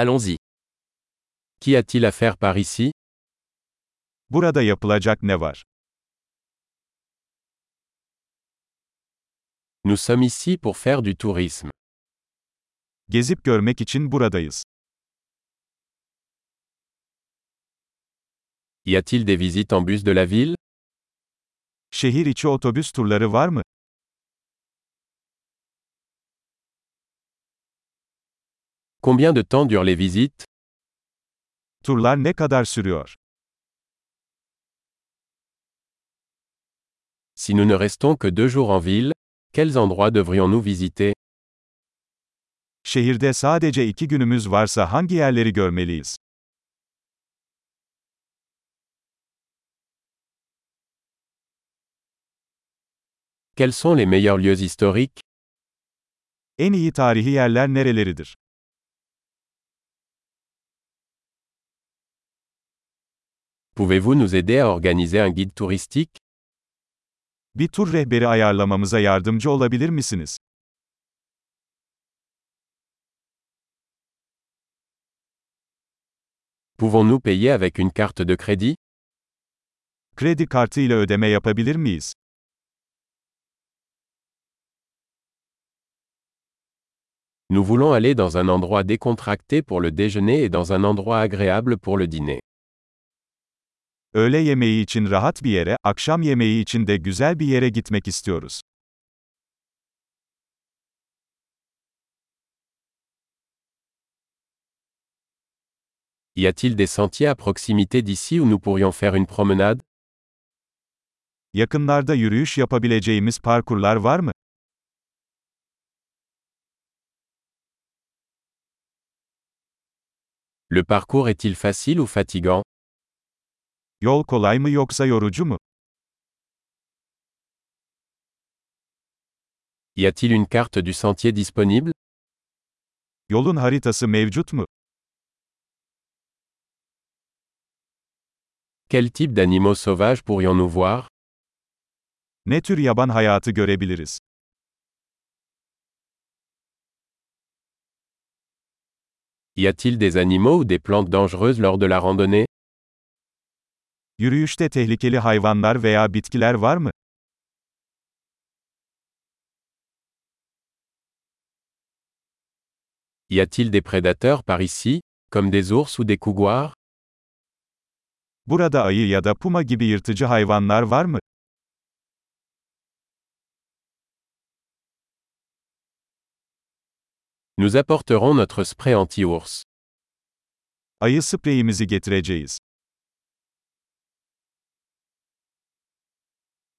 Allons-y. Qu'y a-t-il à faire par ici Burada yapılacak ne var? Nous sommes ici pour faire du tourisme. Gezip görmek için buradayız. Y a-t-il des visites en bus de la ville Şehir içi otobüs turları var mı? Combien de temps durent les visites Turlar ne kadar sürüyor? Si nous ne restons que deux jours en ville, quels endroits devrions-nous visiter Şehirde sadece iki günümüz varsa hangi yerleri görmeliyiz? Quels sont les meilleurs lieux historiques En iyi tarihi yerler nereleridir? Pouvez-vous nous aider à organiser un guide touristique Bir tur rehberi ayarlamamıza yardımcı olabilir misiniz? Pouvons-nous payer avec une carte de crédit Kredi kartı ile ödeme yapabilir miyiz? Nous voulons aller dans un endroit décontracté pour le déjeuner et dans un endroit agréable pour le dîner. Öğle yemeği için rahat bir yere, akşam yemeği için de güzel bir yere gitmek istiyoruz. Y a-t-il des sentiers à proximité d'ici où nous pourrions faire une promenade Yakınlarda yürüyüş yapabileceğimiz parkurlar var mı? Le parcours est-il facile ou fatigant Yol kolay mı yoksa yorucu mu? Y a-t-il une carte du sentier disponible Yolun haritası mevcut mu? Quel type d'animaux sauvages pourrions-nous voir Ne tür yaban hayatı görebiliriz? Y a-t-il des animaux ou des plantes dangereuses lors de la randonnée Yürüyüşte tehlikeli hayvanlar veya bitkiler var mı? Y a-t-il des prédateurs par ici, comme des ours ou des couguars Burada ayı ya da puma gibi yırtıcı hayvanlar var mı? Nous apporterons notre spray anti-ours. Ayı spreyimizi getireceğiz.